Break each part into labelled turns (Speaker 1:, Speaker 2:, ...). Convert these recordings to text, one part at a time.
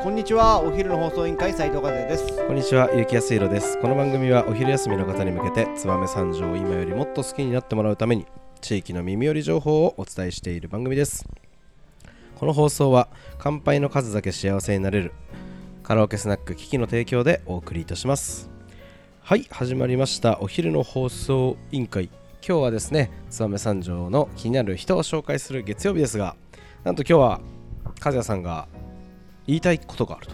Speaker 1: こんにちはお昼の放送委員会斉藤和也です
Speaker 2: こんにちは、ゆうきやすいろです。この番組はお昼休みの方に向けて、燕三条を今よりもっと好きになってもらうために、地域の耳寄り情報をお伝えしている番組です。この放送は、乾杯の数だけ幸せになれる、カラオケスナックキキの提供でお送りいたします。はい、始まりました。お昼の放送委員会。今日はですね、燕三条の気になる人を紹介する月曜日ですが、なんと今日は、和也さんが言いたいことがある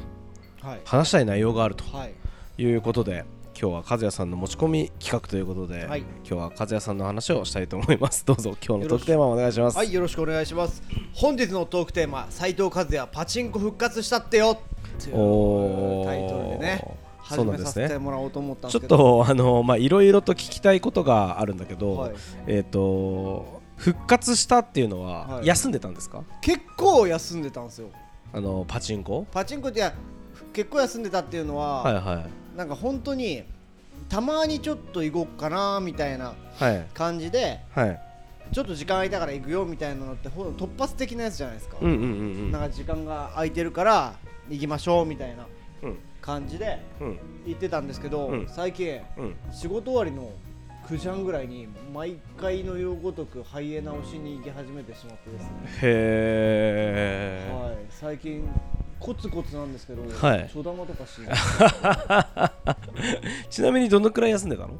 Speaker 2: と、
Speaker 1: はい
Speaker 2: 話したい内容があると。
Speaker 1: はい
Speaker 2: ということで今日は和也さんの持ち込み企画ということで、
Speaker 1: はい
Speaker 2: 今日は和也さんの話をしたいと思いますど うぞ今日
Speaker 1: よ
Speaker 2: のト
Speaker 1: ろ
Speaker 2: ー
Speaker 1: し
Speaker 2: クテーマをお願いします
Speaker 1: はいよろしくお願いします本日のトークテーマ斉藤和也パチンコ復活したってよっていう
Speaker 2: おー
Speaker 1: タイトルでね
Speaker 2: そ
Speaker 1: 始
Speaker 2: うなん
Speaker 1: め
Speaker 2: で
Speaker 1: さ
Speaker 2: す
Speaker 1: せ
Speaker 2: ね
Speaker 1: てもらおうと思ったんで
Speaker 2: ち
Speaker 1: す
Speaker 2: ょっ
Speaker 1: けど
Speaker 2: とあのまあいろいろと聞きたいことがあるんだけど、
Speaker 1: はい
Speaker 2: えっ、と復活したっていうのは、
Speaker 1: はい
Speaker 2: 休んでたんですか
Speaker 1: 結構休んでたんですよ
Speaker 2: あのパチンコ
Speaker 1: パチンコっていや結構休んでたっていうのは、
Speaker 2: はいは
Speaker 1: なんか本当にたまにちょっと行こっかなみたいない
Speaker 2: はい
Speaker 1: 感じで
Speaker 2: はい
Speaker 1: ちょっと時間空いたから行くよみたいなのってほん突発的なやつじゃないですか、
Speaker 2: うんうんうんう
Speaker 1: なんんか時間が空いてるから行きましょうみたいな
Speaker 2: うん
Speaker 1: 感じで
Speaker 2: うん
Speaker 1: 行ってたんですけど、
Speaker 2: うん
Speaker 1: 最近
Speaker 2: うん
Speaker 1: 仕事終わりの9時半ぐらいに毎回のようごとくハイエナをしに行き始めてしまってですね、
Speaker 2: へー
Speaker 1: はい、最近コツコツなんですけど、
Speaker 2: はい
Speaker 1: 初玉とか し
Speaker 2: ちなみにどのくらい休んでたの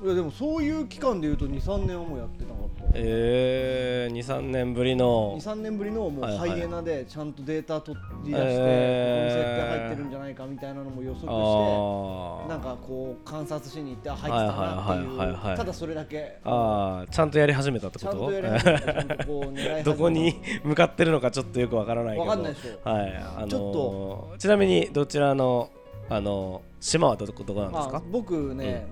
Speaker 1: いやでもそういう期間でいうと23年はもうやってなかった
Speaker 2: えー、23年ぶりの
Speaker 1: 23年ぶりのもう
Speaker 2: はい
Speaker 1: ハ
Speaker 2: はい
Speaker 1: イエナでちゃんとデータ取り出して、
Speaker 2: えー
Speaker 1: この設定入ってるんじゃないかみたいなのも予測して
Speaker 2: あー
Speaker 1: なんかこう観察しに行ってあ入ってたなって
Speaker 2: はいはいはいは
Speaker 1: い
Speaker 2: いはいう
Speaker 1: ただそれだけ
Speaker 2: あーちゃんとやり始めたって
Speaker 1: ち
Speaker 2: こ
Speaker 1: ゃん
Speaker 2: と
Speaker 1: とやり始めてちゃんとこう狙い始めた
Speaker 2: どこに向かってるのかちょっとよくわからないけど
Speaker 1: わかんないでしょ
Speaker 2: はいあのー
Speaker 1: ちょ
Speaker 2: ちなみにどちらの、あのー島はどこどこなんです
Speaker 1: まあ
Speaker 2: か、
Speaker 1: 僕ね、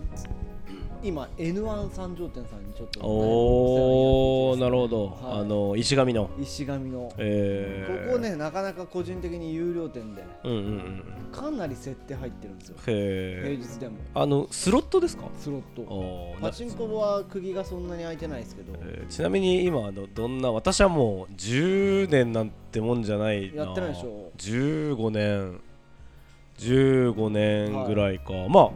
Speaker 1: 今 N1 三条店さんにちょっと
Speaker 2: おお
Speaker 1: お世話にな
Speaker 2: な
Speaker 1: って
Speaker 2: るほど、
Speaker 1: はい
Speaker 2: あのー石神の
Speaker 1: ます石神の、
Speaker 2: えー、
Speaker 1: ここねなかなか個人的に有料店で
Speaker 2: うんうんうん
Speaker 1: かなり設定入ってるんですよ平
Speaker 2: へえ
Speaker 1: 日でも
Speaker 2: あのスロットですか
Speaker 1: スロット
Speaker 2: おーな
Speaker 1: パチンコは釘がそんなに空いてないですけど
Speaker 2: えーちなみに今あのどんな私はもう10年なんてもんじゃないな
Speaker 1: やってないでしょ
Speaker 2: 15年15年ぐらいか、まあ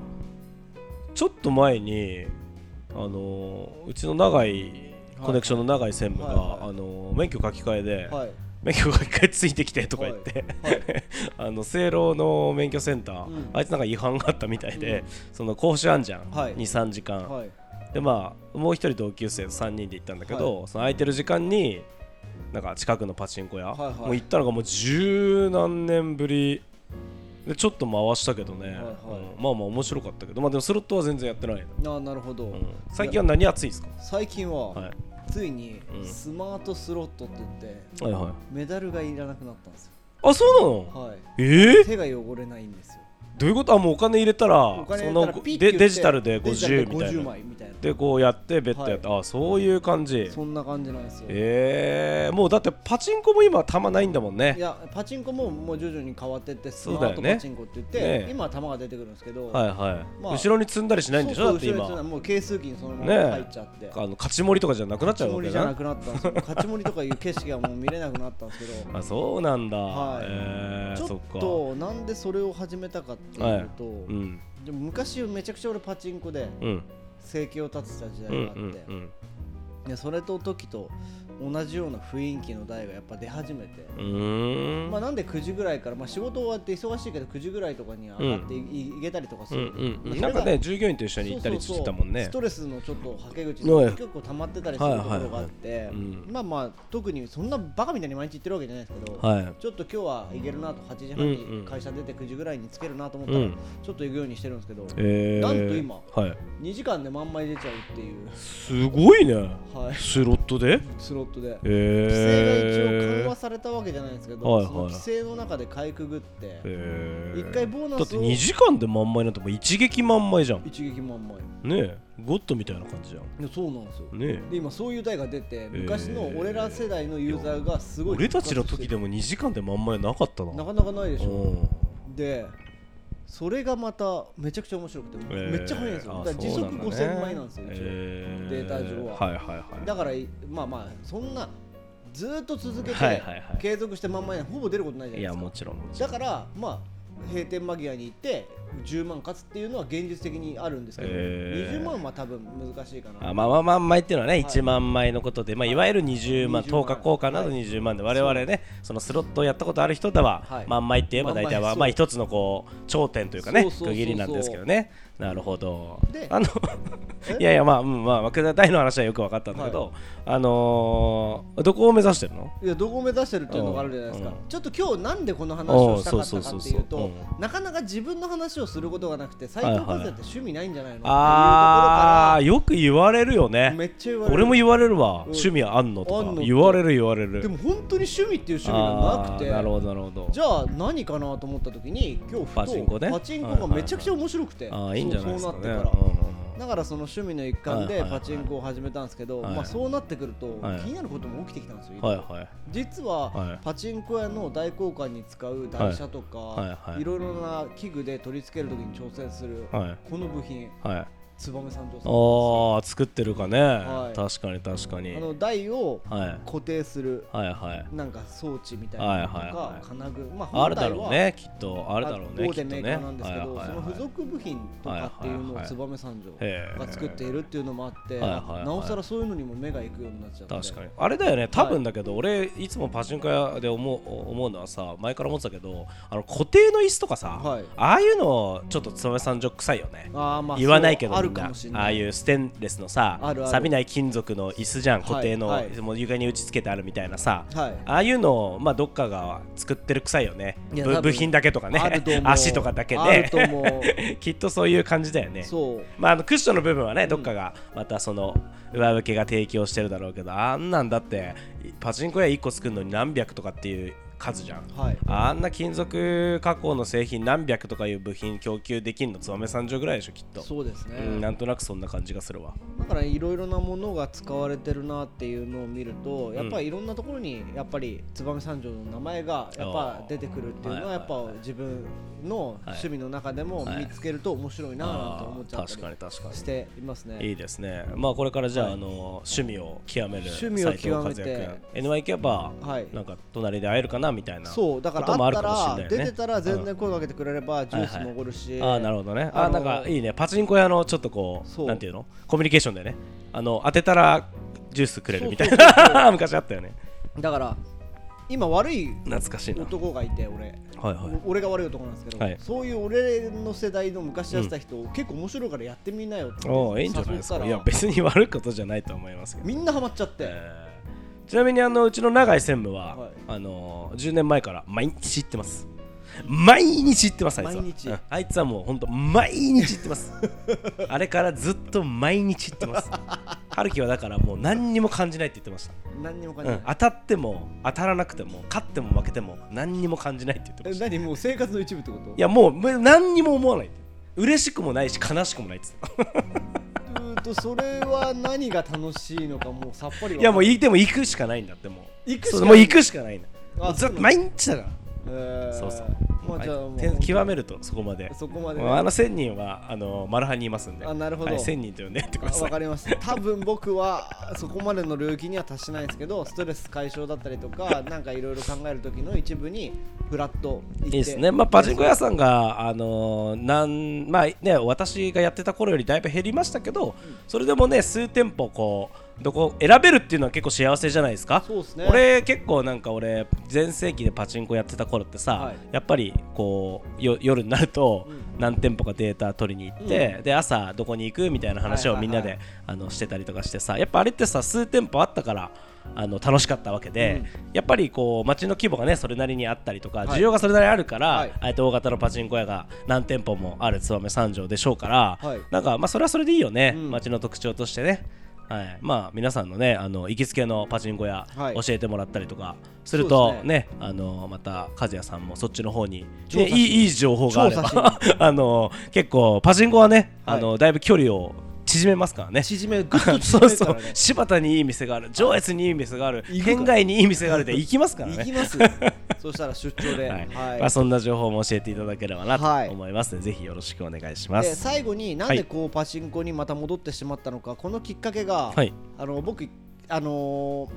Speaker 2: ちょっと前にあのーうちの長いコネクションの長い専務が、
Speaker 1: はいはい
Speaker 2: あのー免許書き換えで、
Speaker 1: はい
Speaker 2: 免許書き換えついてきてとか言って、
Speaker 1: はい
Speaker 2: あの正論の免許センター、
Speaker 1: うん
Speaker 2: あいつなんか違反があったみたいで、その講習あんじゃん、
Speaker 1: はい
Speaker 2: 23時間、
Speaker 1: はい
Speaker 2: でまあもう一人同級生と3人で行ったんだけど、その空いてる時間になんか近くのパチンコ屋、
Speaker 1: はいはい
Speaker 2: もう行ったのがもう十何年ぶりでちょっと回したけどね、
Speaker 1: いはい
Speaker 2: うんまあまあ面白かったけどまあでもスロットは全然やってないの、
Speaker 1: ああなるほど、
Speaker 2: うん最近は何熱いですか
Speaker 1: 最近は、
Speaker 2: はい
Speaker 1: ついに
Speaker 2: うん
Speaker 1: スマートスロットって言って、
Speaker 2: はいはい
Speaker 1: メダルがいらなくなったんですよ
Speaker 2: あそうなの、
Speaker 1: はい
Speaker 2: えー、
Speaker 1: 手が汚れないんですよ
Speaker 2: どういうことあもうお金入れたら
Speaker 1: お金
Speaker 2: そ
Speaker 1: 入れたら
Speaker 2: の
Speaker 1: ピッて
Speaker 2: で
Speaker 1: 言って
Speaker 2: デジタルで
Speaker 1: デジタル
Speaker 2: 50
Speaker 1: で
Speaker 2: みたい
Speaker 1: 50
Speaker 2: な
Speaker 1: 枚みたいな
Speaker 2: でこうやってベッドやって、あそういう感じ
Speaker 1: そんな感じなんですよ、
Speaker 2: えー、もうだってパチンコも今玉ないんだもんね
Speaker 1: いやパチンコももう徐々に変わってってス
Speaker 2: そ
Speaker 1: マ
Speaker 2: うだ
Speaker 1: ー
Speaker 2: よ
Speaker 1: ト
Speaker 2: ね
Speaker 1: パチンコって言って、
Speaker 2: ねえ
Speaker 1: 今は球が出てくるんですけど、
Speaker 2: はいはい、
Speaker 1: まあ
Speaker 2: 後ろに積んだりしないんでしょ
Speaker 1: そう
Speaker 2: だって
Speaker 1: そう
Speaker 2: 今
Speaker 1: 後ろにもう係数機にそのまま
Speaker 2: ねえ
Speaker 1: 入っちゃって、
Speaker 2: あの勝ち盛りとかじゃなくなっちゃ
Speaker 1: 勝ち盛
Speaker 2: うわけ
Speaker 1: りじゃな
Speaker 2: な
Speaker 1: くなったん ですよ勝ち盛りとかいう景色がもう見れなくなったんですけど
Speaker 2: あそうなんだ、
Speaker 1: はい
Speaker 2: えー、
Speaker 1: ち
Speaker 2: そ
Speaker 1: ょ
Speaker 2: っか
Speaker 1: っとなんでそれを始めたかっていうと、
Speaker 2: うん
Speaker 1: でも昔めちゃくちゃ俺パチンコで
Speaker 2: うん
Speaker 1: 生計を立てた時
Speaker 2: う
Speaker 1: 代
Speaker 2: ん
Speaker 1: があって、
Speaker 2: うんうん
Speaker 1: でそれと時と同じような雰囲気の台がやっぱ出始めて、
Speaker 2: うーん
Speaker 1: まあ、なんで9時ぐらいから、まあ、仕事終わって忙しいけど9時ぐらいとかに上がってい,、いけたりとかす
Speaker 2: うん
Speaker 1: る、
Speaker 2: うん
Speaker 1: まあそれ
Speaker 2: うん
Speaker 1: が
Speaker 2: なんかね従業員と一緒に行ったり
Speaker 1: そうそうそう
Speaker 2: してたもんね
Speaker 1: ストレスのちょっとはけ口
Speaker 2: はい
Speaker 1: で結構溜まってたりするところがあって、
Speaker 2: いはいうん
Speaker 1: まあまあ特にそんなバカみたいに毎日行ってるわけじゃないですけど、
Speaker 2: はい
Speaker 1: ちょっと今日はいけるなと8時半
Speaker 2: うんうん
Speaker 1: に会社出て9時ぐらいにつけるなと思ったら、
Speaker 2: うん
Speaker 1: ちょっと行くようにしてるんですけど、
Speaker 2: えー、
Speaker 1: なんと今
Speaker 2: はい
Speaker 1: 2時間で満枚出ちゃうっていう、
Speaker 2: すごいね
Speaker 1: はい、
Speaker 2: スロットで
Speaker 1: スロットで。
Speaker 2: え
Speaker 1: 規制が一応
Speaker 2: ー、
Speaker 1: 緩和されたわけじゃないんですけど、
Speaker 2: はいは
Speaker 1: そ
Speaker 2: い
Speaker 1: の規制の中でかいくぐって、
Speaker 2: え
Speaker 1: 一
Speaker 2: ー、
Speaker 1: 回ボーナ
Speaker 2: だっ
Speaker 1: ス
Speaker 2: て
Speaker 1: を
Speaker 2: 2時間で満枚なんてもう一撃満枚じゃん
Speaker 1: 一撃満枚
Speaker 2: ねえゴッドみたいな感じじゃん
Speaker 1: いやそうなんですよ
Speaker 2: ねえ
Speaker 1: で今そういう台が出て昔の俺ら世代のユーザーがすごい
Speaker 2: 俺たちの時でも2時間で満枚なかったな
Speaker 1: なかなかないでしょ
Speaker 2: うん
Speaker 1: でそれがまためちゃくちゃ面白くて
Speaker 2: えー
Speaker 1: めっちゃ速いんですよだ
Speaker 2: あ
Speaker 1: から時
Speaker 2: そ
Speaker 1: 速
Speaker 2: うなんだね
Speaker 1: 5000枚なんですよ一応
Speaker 2: え
Speaker 1: データ上は
Speaker 2: はいはいはい
Speaker 1: だからまあまあそんなずーっと続けて、
Speaker 2: はいはいはい
Speaker 1: 継続してまんまやほぼ出ることないじゃない
Speaker 2: い
Speaker 1: です
Speaker 2: や
Speaker 1: か
Speaker 2: もちろんもちろ
Speaker 1: だ
Speaker 2: ん
Speaker 1: からまあ閉店間際に行って10万勝つっていうのは現実的にあるんですけど、
Speaker 2: へー
Speaker 1: 20万は多分難しいかな
Speaker 2: あまあまあまあ枚っていうのはね、
Speaker 1: い
Speaker 2: 1万枚のことで、まあ、いわゆる20万、
Speaker 1: 20
Speaker 2: 10日交換など
Speaker 1: は
Speaker 2: 20万で、我々ね、そのスロットをやったことある人だは、
Speaker 1: はい
Speaker 2: 万枚って言えば大体
Speaker 1: 万
Speaker 2: は、
Speaker 1: 枚そう
Speaker 2: まあ一つのこう頂点というかね、
Speaker 1: そうそうそうそう
Speaker 2: 区切りなんですけどね。なるほど
Speaker 1: で。
Speaker 2: あの
Speaker 1: え
Speaker 2: いやいや、まあ、うんまあ、枠田大の話はよく分かったんだけど、あのーどこを目指してるの
Speaker 1: いやどこを目指してるっていうのがあるじゃないですか、
Speaker 2: うん
Speaker 1: ちょっと今日なんでこの話をしたかったかっていう
Speaker 2: うんそうそう
Speaker 1: と
Speaker 2: そう
Speaker 1: なかなか自分の話をすることがなくて斎
Speaker 2: いはい
Speaker 1: 藤和也って趣味ないんじゃないの、
Speaker 2: あ
Speaker 1: っ
Speaker 2: ー、よく言われるよ
Speaker 1: ていうところからめ
Speaker 2: ね。
Speaker 1: っちゃ言われる
Speaker 2: 俺も言われるわ、
Speaker 1: ん
Speaker 2: 趣味あんの
Speaker 1: あ
Speaker 2: と
Speaker 1: ん
Speaker 2: か
Speaker 1: の
Speaker 2: 言われる言われる。
Speaker 1: でも本当に趣味っていう趣味がなくて
Speaker 2: あーなるほど、なるほど。
Speaker 1: じゃあ何かなと思った時に今日ふと
Speaker 2: パチンコね
Speaker 1: パチンコがめちゃくちゃ面白くて、
Speaker 2: ああいいんじゃないですかね。
Speaker 1: そうそうなってから、だからその趣味の一環
Speaker 2: はい
Speaker 1: で
Speaker 2: はいはい
Speaker 1: パチンコを始めたんですけど、
Speaker 2: はい
Speaker 1: まあ、そうなってくると気
Speaker 2: はい
Speaker 1: になることも起きてきたんですよ、
Speaker 2: うんうんはいはい。
Speaker 1: 実は、
Speaker 2: はい
Speaker 1: パチンコ屋の大交換に使う台車とか、
Speaker 2: はいはい
Speaker 1: い
Speaker 2: はい
Speaker 1: ろいろな器具で取り付けるときに挑戦する、
Speaker 2: はい
Speaker 1: この部品
Speaker 2: はい。
Speaker 1: 燕三条さん
Speaker 2: ああ作ってるかね、
Speaker 1: はい
Speaker 2: 確かに確かに。
Speaker 1: あ
Speaker 2: はい
Speaker 1: の台を
Speaker 2: はい
Speaker 1: 固定する
Speaker 2: はい。
Speaker 1: なんか装置みたいなのとか、
Speaker 2: はいはいはい
Speaker 1: 金具、まあ、
Speaker 2: あ
Speaker 1: 本
Speaker 2: るだ
Speaker 1: 体
Speaker 2: ろ
Speaker 1: は
Speaker 2: うねきっとあるだろうね
Speaker 1: 大
Speaker 2: き
Speaker 1: 手
Speaker 2: っと
Speaker 1: メーカ
Speaker 2: ね。
Speaker 1: ーなんですけど、
Speaker 2: はい
Speaker 1: そ
Speaker 2: はい
Speaker 1: の
Speaker 2: はい
Speaker 1: 付属部品とかっていうのを燕三
Speaker 2: へえ
Speaker 1: 条が作っているっていうのもあって、
Speaker 2: はいはいはい
Speaker 1: なおさらそういうのにも目が行くようになっちゃって
Speaker 2: 確かにあれだよね多分だけど、俺いつもパチンコ屋で思う思うのはさ前から思ってたけどあの固定の椅子とかさ、
Speaker 1: はい
Speaker 2: ああいうのちょっと燕三条臭いよね。
Speaker 1: あーまあ
Speaker 2: 言わないけど
Speaker 1: そうある
Speaker 2: みん
Speaker 1: か
Speaker 2: な
Speaker 1: もしれない
Speaker 2: ああいうステンレスのさ
Speaker 1: あるある
Speaker 2: 錆びない金属の椅子じゃん
Speaker 1: はい
Speaker 2: 固定の、
Speaker 1: はい
Speaker 2: もう床に打ち付けてあるみたいなさ、
Speaker 1: はい
Speaker 2: ああいうのを、まあ、どっかが作ってる臭いよね
Speaker 1: いや
Speaker 2: ぶ
Speaker 1: 多分
Speaker 2: 部品だけとか
Speaker 1: あると
Speaker 2: ね
Speaker 1: 思う
Speaker 2: 足とかだけ
Speaker 1: あると
Speaker 2: ね
Speaker 1: 思う
Speaker 2: きっとそういう感じだよ ね
Speaker 1: そう
Speaker 2: まあ、あのクッションの部分はね、どっかがまたその上請けが提供してるだろうけどあんなんだっていパチンコ屋1個作るのに何百とかっていう数じゃん
Speaker 1: はい
Speaker 2: あんな金属加工の製品何百とかいう部品供給できるの燕三条ぐらいでしょきっと
Speaker 1: そうですね、
Speaker 2: うん、なんとなくそんな感じがするわ
Speaker 1: だからいろいろなものが使われてるなっていうのを見るとやっぱりいろんなところにやっぱり燕三条の名前がやっぱ出てくるっていうのは
Speaker 2: あ
Speaker 1: や
Speaker 2: ー
Speaker 1: っぱ自分の趣味の中でも見つけると面白いなぁと思っちゃ
Speaker 2: あ
Speaker 1: っ
Speaker 2: ー確かに
Speaker 1: た
Speaker 2: 確か
Speaker 1: りしています
Speaker 2: にい
Speaker 1: ね。
Speaker 2: いですねまあこれからじゃあ,、
Speaker 1: はい
Speaker 2: あの趣味を極める
Speaker 1: 趣味を極めて
Speaker 2: 斉藤和也君 NY 行けば、
Speaker 1: はい
Speaker 2: なんか隣で会えるかなみたいな
Speaker 1: そうだか
Speaker 2: こと
Speaker 1: ら
Speaker 2: も
Speaker 1: あ
Speaker 2: あ
Speaker 1: っ
Speaker 2: る
Speaker 1: た
Speaker 2: かもしれない
Speaker 1: ら
Speaker 2: よね
Speaker 1: 出てたら全然声かけてくれればジュースもおごるし、
Speaker 2: ああなるほどね。あ
Speaker 1: あ
Speaker 2: ー
Speaker 1: の
Speaker 2: なんかいいね。パチンコ屋のちょっとこう
Speaker 1: そう
Speaker 2: なんていうのコミュニケーションでね。あの当てたらジュースくれるみたい
Speaker 1: そうそうそう
Speaker 2: な 昔あったよね。
Speaker 1: だから今悪い
Speaker 2: 懐かしいな。はい
Speaker 1: 男がいて俺。
Speaker 2: はい。
Speaker 1: 俺が悪い男なんですけど、
Speaker 2: はい
Speaker 1: そういう俺の世代の昔やってた人、結構面白いからやってみなよって
Speaker 2: おおいいんじゃないです
Speaker 1: 誘った
Speaker 2: か。
Speaker 1: ら
Speaker 2: いや別に悪いことじゃないと思いますけど。
Speaker 1: みんなハマっちゃって、
Speaker 2: えーちなみにあのうちの永井専務は、
Speaker 1: はい
Speaker 2: あのー10年前から毎日行ってます。毎日行ってますあいつは
Speaker 1: 毎日
Speaker 2: うんあいつはもう本当毎日行ってます あれからずっと毎日行ってます春樹はだからもう何にも感じないって言ってました
Speaker 1: 何にも感じ
Speaker 2: う
Speaker 1: ない
Speaker 2: ん、、当たっても当たらなくても勝っても負けても何にも感じないって言ってま
Speaker 1: え
Speaker 2: したい
Speaker 1: 何もう生活の一部ってこと
Speaker 2: やもうむ何にも思わないって嬉しくもないし悲しくもないって言って
Speaker 1: うーんとそれは何が楽しいのかもうさっぱりわかん
Speaker 2: た
Speaker 1: ない
Speaker 2: やもういでも行くしかないんだってもう
Speaker 1: 行くしか
Speaker 2: そう
Speaker 1: ない
Speaker 2: もう行くしかないんだ
Speaker 1: あ
Speaker 2: ずっ
Speaker 1: そうなの
Speaker 2: と毎日だから、
Speaker 1: えー
Speaker 2: そうそう、
Speaker 1: まあじゃあもう
Speaker 2: てん極めるとそこまで
Speaker 1: そこまでね、
Speaker 2: もうあの1000人はあのマルハにいますんで
Speaker 1: あなるほど
Speaker 2: はい、1000人と呼んでやってくだ
Speaker 1: あ
Speaker 2: さ
Speaker 1: わ
Speaker 2: い
Speaker 1: かりました多分僕はそこまでの領域には達しないんですけどストレス解消だったりとかなんかいろいろ考える時の一部にフラッと行って
Speaker 2: いいですね、まあ、パチンコ屋さんが、あのーなんまあね、私がやってた頃よりだいぶ減りましたけど、それでもね、数店舗こう、どこ選べるっていうのは結構幸せじゃないですか、
Speaker 1: そうっすね
Speaker 2: 俺、結構なんか俺、全盛期でパチンコやってた頃ってさ、
Speaker 1: はい
Speaker 2: やっぱりこうよ夜になると
Speaker 1: う、
Speaker 2: 何店舗かデータ取りに行って、で朝、どこに行くみたいな話を
Speaker 1: はいはいはい
Speaker 2: みんなで、あのしてたりとかしてさ、やっぱあれってさ、数店舗あったから。あの楽しかったわけで、やっぱりこう街の規模がねそれなりにあったりとか、
Speaker 1: はい
Speaker 2: 需要がそれなりあるから、
Speaker 1: はい
Speaker 2: えっと大型のパチンコ屋が何店舗もある燕三条でしょうから、
Speaker 1: はい
Speaker 2: なんかまあそれはそれでいいよね、
Speaker 1: うん
Speaker 2: 街の特徴としてね。はい、まあ皆さんのねあの行きつけのパチンコ屋、
Speaker 1: はい
Speaker 2: 教えてもらったりとかすると
Speaker 1: そうで
Speaker 2: ね
Speaker 1: す
Speaker 2: あのまた和也さんもそっちの方に、
Speaker 1: 調
Speaker 2: ね、
Speaker 1: 査
Speaker 2: い
Speaker 1: し
Speaker 2: いいい情報があれ
Speaker 1: 調査
Speaker 2: ば あの結構パチンコはね、
Speaker 1: はい
Speaker 2: あのだいぶ距離を縮めますからね。
Speaker 1: 縮めぐっと
Speaker 2: そう
Speaker 1: 縮めるか
Speaker 2: そ
Speaker 1: ら
Speaker 2: う
Speaker 1: ね
Speaker 2: 柴田にいい店がある上越にいい店がある
Speaker 1: 行くから
Speaker 2: 県外にいい店があるで行きますからね
Speaker 1: 行きます そしたら出張で、
Speaker 2: はい
Speaker 1: はい
Speaker 2: まあ、そんな情報も教えていただければな
Speaker 1: はい
Speaker 2: と思いますので、ぜひよろしくお願いしま。
Speaker 1: です最後になんでこうパチンコにまた戻ってしまったのか、このきっかけが、
Speaker 2: はい
Speaker 1: あの僕あのー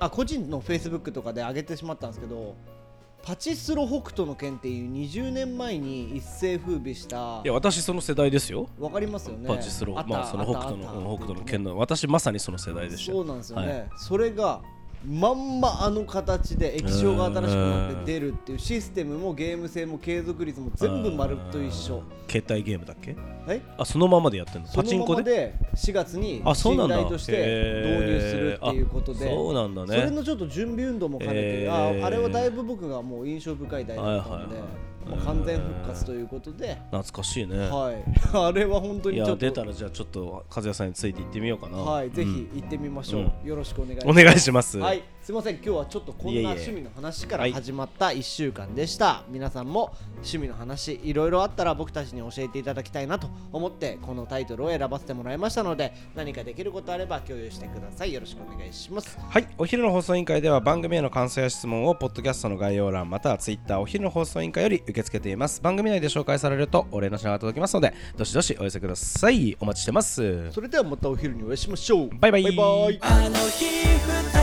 Speaker 1: あ個人の Facebook とかで上げてしまったんですけどパチスロ北斗の拳っていう20年前に一世風靡した
Speaker 2: いや私その世代ですよ
Speaker 1: わかりますよね
Speaker 2: パチスロ、
Speaker 1: あった
Speaker 2: まあその
Speaker 1: あっ
Speaker 2: 北
Speaker 1: た
Speaker 2: 斗の
Speaker 1: あっ
Speaker 2: こ
Speaker 1: た
Speaker 2: の北斗の剣の私まさにその世代でした
Speaker 1: そうなんですよね、
Speaker 2: はい
Speaker 1: それがまんまあの形で液晶が新しくなって出るっていうシステムもゲーム性も継続率も全部丸と一緒
Speaker 2: 携帯ゲームだっけ
Speaker 1: え
Speaker 2: あそのままでやってんの
Speaker 1: そ
Speaker 2: パチ
Speaker 1: の
Speaker 2: ン
Speaker 1: ま
Speaker 2: コ
Speaker 1: ま
Speaker 2: で
Speaker 1: で4月に
Speaker 2: あそう
Speaker 1: 信
Speaker 2: なんだ
Speaker 1: 頼として導入するっていうことで、
Speaker 2: へーあそうなんだね
Speaker 1: それのちょっと準備運動も兼ねて、
Speaker 2: へー
Speaker 1: ああれはだいぶ僕がもう印象深い題だったので、
Speaker 2: はいはいはい
Speaker 1: もう完全復活ということで、
Speaker 2: 懐かしいね、
Speaker 1: はい、 あれは本当
Speaker 2: い、
Speaker 1: にちょ
Speaker 2: や
Speaker 1: っと
Speaker 2: 出たらじゃあちょっと和也さんについて行ってみようかな
Speaker 1: はい、ぜひ行ってみましょう、よろしくお願いし
Speaker 2: お
Speaker 1: ます。
Speaker 2: 願いします、
Speaker 1: はい、すみません、今日はちょっとこん
Speaker 2: いえいえ
Speaker 1: な趣味の話か
Speaker 2: は
Speaker 1: ら
Speaker 2: い
Speaker 1: 始まった1週間でした、皆さんも趣味の話いろいろあったら僕たちに教えていただきたいなと思ってこのタイトルを選ばせてもらいましたので何かできることあれば共有してくださいよろしくお願いします
Speaker 2: はい、お昼の放送委員会では番組への感想や質問をポッドキャストの概要欄またはツイッターお昼の放送委員会より受け付けています番組内で紹介されるとお礼の品が届きますのでどしどしお寄せくださいお待ちしてます
Speaker 1: それではまたお昼にお会いしましょう
Speaker 2: バイバイ
Speaker 1: バイバイ
Speaker 3: あの日二